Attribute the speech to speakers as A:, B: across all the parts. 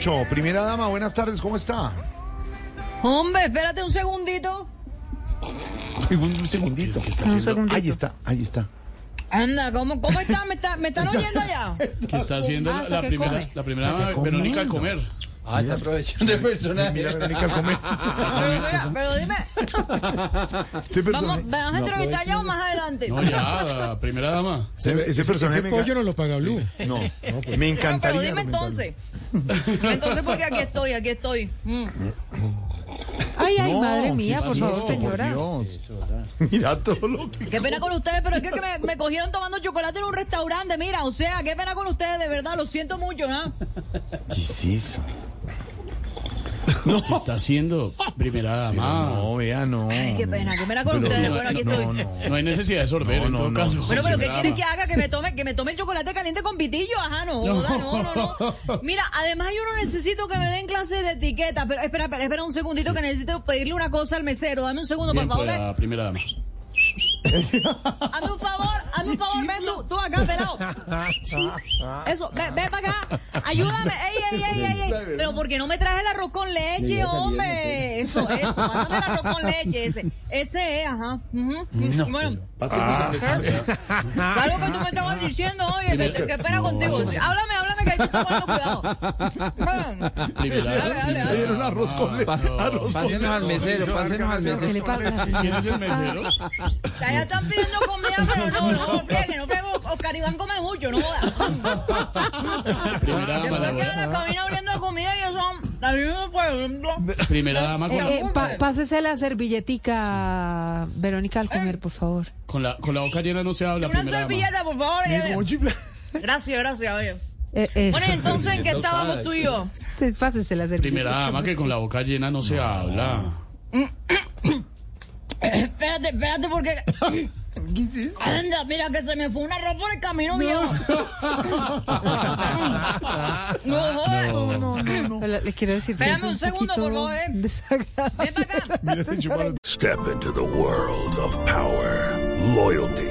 A: Cho, primera dama, buenas tardes, ¿cómo está?
B: Hombre, espérate un segundito.
A: Uy, Un, un segundito.
B: Un segundito.
A: Ahí está, ahí está.
B: Anda, ¿cómo, cómo está? ¿Me, está- me están oyendo allá?
C: que está haciendo
B: Ah,
C: la,
B: o sea,
C: la
B: que
C: primera,
B: come.
C: la primera
A: Está que
C: Verónica al
A: comiendo.
C: comer. Ah, está aprovechando el
A: Mira,
C: personaje.
A: Verónica, come.
B: Ah, Pero, mira, pero dime,
A: Ese
B: vamos,
A: personaje,
B: ¿me vas a entrevistar ya o más adelante? Ah,
C: No, ya, la primera dama.
A: ese, ese personaje me enca-
D: no lo paga Blue.
A: No, pues me
B: Pero,
A: encantaría.
B: pero dime entonces. Entonces, porque aquí estoy, aquí estoy. Mm.
E: Ay, ay, madre mía, por favor,
A: señora.
E: señora.
A: Mira todo lo que.
B: Qué pena con ustedes, pero es que, que me, me cogieron tomando chocolate en un restaurante, mira, o sea, qué pena con ustedes, de verdad, lo siento mucho, ¿ah? ¿no?
A: ¿Qué es eso?
C: ¿Qué está haciendo primera dama?
A: No, vea, no.
B: Ay, qué pena, qué pena con ustedes, bueno, aquí estoy.
A: No, no.
C: No hay necesidad de sorber
A: No,
C: en
A: no,
C: todo
A: no.
C: caso.
B: Bueno, pero ¿qué
C: Primera
B: quieren que
C: dama.
B: haga? Que me tome, que me tome el chocolate caliente con pitillo, ajá, no, joda, no, no, no. Mira, además yo no necesito que me den clases de etiqueta, pero espera, espera, espera un segundito que necesito pedirle una cosa al mesero, dame un segundo,
C: Bien,
B: por favor.
C: pues, la primera dama.
B: Hazme un favor, hazme un favor, ven tú, tú acá, pelado. Eso, ven, ven para acá. Ayúdame. Ey, ey, ey, ey, ey. Pero ¿por qué no me traes el arroz con leche, hombre? Eso, eso. Pásame el arroz con leche. Ese, ese es, ajá. Ujú. Bueno, claro que tú me estabas diciendo, oye, que, que espera contigo. Háblame, háblame, que ahí te está poniendo cuidado.
C: Primera
B: Dale, dale,
A: Le dieron arroz
C: Ah,
A: con le- arroz con
D: Pásenos al mesero, pásenos al mesero.
E: ¿Qué le pasa?
C: ¿Quién es el mesero?
B: O sea, ya están pidiendo comida, pero no, no, friegue, no friegue. Oscar Iván come mucho, no jodas.
C: Primera dama,
B: Después
C: la
B: queda en la cabina abriendo comida y eso. A mí me puede.
C: primera dama con,
E: Eh, pa- pásese la servilletica, Verónica, al comer, por favor.
C: con la, con la boca llena no se habla.
B: Una
C: Primera dama.
B: servilleta, por favor.
A: Llegó
B: eh.
A: un chifla-
B: Gracias, gracias, oye.
E: Eh, eso.
B: Bueno, y entonces, ¿en qué estábamos tú y yo?
E: Usted Pásese la servilletica.
C: Primera dama que con la boca llena no se habla.
B: Espérate, espérate, porque. Anda, mira que se me fue una ropa por el camino viejo. No, joder.
E: Hola, Les quiero decir que es
B: Espérame un segundo,
E: poquito
B: por favor, eh.
E: desagradable.
B: Ven para acá.
A: Mira ese chupado.
F: Step into the world of power, loyalty,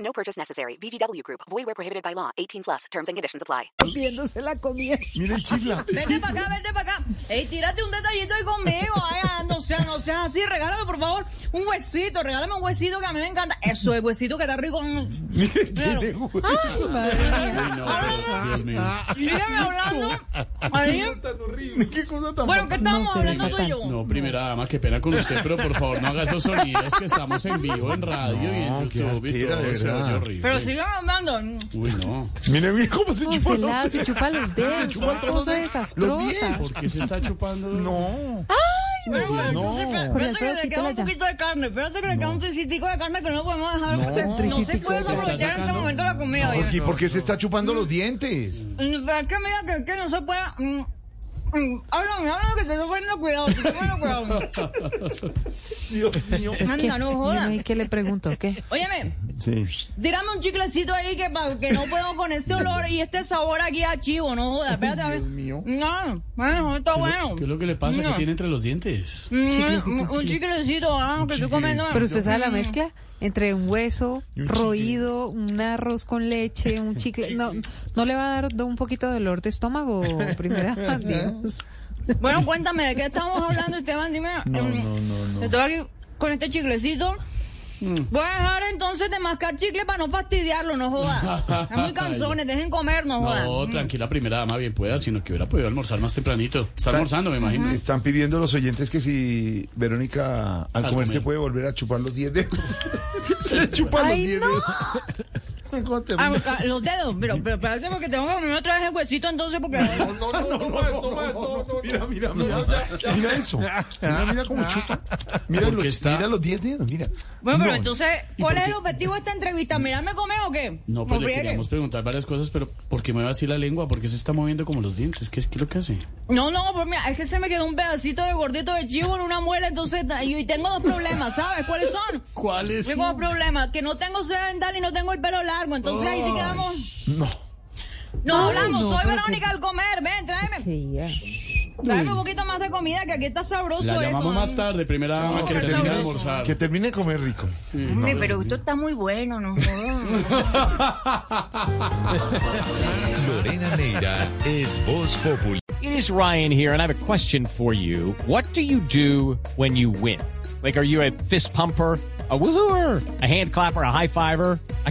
G: No purchase necessary. VGW Group. Void where prohibited by law. 18 plus. Terms and conditions apply.
E: Viéndose la comida.
A: Mira el chifla.
B: Vete para acá, vete para acá. Ey, tírate un detallito ahí conmigo. Ay, ah, no seas, no seas así. Regálame, por favor, un huesito. Regálame un huesito que a mí me encanta. Eso es huesito que está rico. Mm.
A: Mire,
E: Ay, madre mía.
C: Uy, no, pero, Dios mío.
B: Sígueme hablando. Ahí.
A: qué cosa tan
B: Bueno, ¿qué estábamos
E: No se
B: hablando
E: deja
B: tú y yo?
C: No, primera dama, qué pena con usted, pero por favor no haga esos sonidos que estamos en vivo en radio y en
A: No, qué
C: YouTube y
A: artera,
C: todo
A: de
C: se
A: verdad.
C: oye horrible.
B: Pero sigan hablando. Mm.
C: Uy, no.
A: Mire, mire cómo se
E: No,
A: chupa.
E: se lava, se chupa los dedos.
A: Se chupa
E: una
A: todos los
E: cosa
A: dedos. Los
E: desastrosa.
A: diez.
C: ¿Por qué se está chupando?
A: No.
B: Bueno, bueno, entonces, espera-
E: Con el
B: espérate que le
E: Alfredo,
B: queda
E: quítala
B: un
E: ya.
B: poquito de carne. Espérate que le queda un tricitico de carne que no podemos dejar.
A: No,
B: No, se
E: tricitico,
B: puede
E: se está
B: aprovechar en este
C: sacando.
B: momento la comida. oye.
A: ¿Por qué, por qué se está chupando los dientes?
B: Mm, Es que mira que, que no se puede. mm, mm, Háblame, háblame que te estoy poniendo cuidado. Te estoy poniendo cuidado.
E: Es que,
B: Anda, no joda.
E: no, ¿y qué le pregunto? ¿Qué?
B: Óyeme,
A: Sí.
B: tírame un chiclecito ahí que, pa- que no puedo con este olor y este sabor aquí a chivo, no joda. Espérate, a ver.
A: Dios mío.
B: No, bueno, está
C: ¿Qué es lo-
B: bueno.
C: ¿Qué es lo que le pasa?
B: No.
C: que tiene entre los dientes?
B: Mm,
E: Chiclecito,
B: un- Un
E: chiclecito.
B: chiclecito, ah, que estoy comiendo.
E: Pero usted sabe la mezcla entre un hueso
A: Y un chicle.
E: roído, un arroz con leche, un chicle. No, no le va a dar do- un poquito de dolor de estómago, primera. Dios.
B: Bueno, em, cuéntame, ¿de qué estamos hablando, Esteban? Dime. No, no, no, Estoy aquí con este chiclecito.
E: Mm.
B: Voy a dejar entonces de mascar chicle para no fastidiarlo, no joda. Están muy cansones, dejen comer, no joda.
C: No, tranquila, primera dama, bien pueda, sino que hubiera podido almorzar más tempranito. Está almorzando, me imagino.
A: Están pidiendo los oyentes que si Verónica al,
C: Al
A: comer, se
C: comer.
A: puede volver a chupar los 10 dedos. se chupa los
B: ¡Ay,
A: 10
B: no!
A: dedos. ¿Cuándo
B: Ah,
A: termina?
B: ca- los dedos, pero, pero parece porque tengo que comer otra vez el huesito entonces porque...
A: No, no, no, no, no, no, no, Mira, mira, mira. Mira eso. Mira, mira cómo chupa. Mira
C: Porque
A: los,
C: está-
A: mira los 10 dedos, mira.
B: Bueno, pero
C: No.
B: entonces,
C: ¿Y
B: ¿cuál
C: por
B: es el
C: qué?
B: objetivo de esta entrevista? ¿Mirarme comer o qué?
C: No, pues le
B: friegue.
C: queríamos preguntar varias cosas, pero ¿por qué mueve así la lengua? ¿Por qué se está moviendo como los dientes? ¿Qué es, qué es lo que hace?
B: No, no, pues mira, es que se me quedó un pedacito de gordito de chivo en una muela, entonces, y y tengo dos problemas, ¿sabes cuáles son?
C: ¿Cuáles?
B: Tengo dos problemas, que no tengo sed dental y no tengo el pelo largo, entonces ahí sí quedamos...
A: No.
B: Nos hablamos, soy Verónica al comer, ven, tráeme, tráeme un poquito más de comida, que aquí está sabroso
C: La
B: esto,
C: llamamos
B: ¿no?
C: más tarde, primera dama, que
B: qué
C: termine de
B: sabroso.
C: almorzar.
A: Que termine de comer rico.
B: Hombre, pero esto está muy bueno, no jodas.
F: Lorena Neira es Voz Populi.
D: It is Ryan here, and I have a question for you. What do you do when you win? Like, are you a fist pumper? A woohooer, a hand clapper, a high fiver. I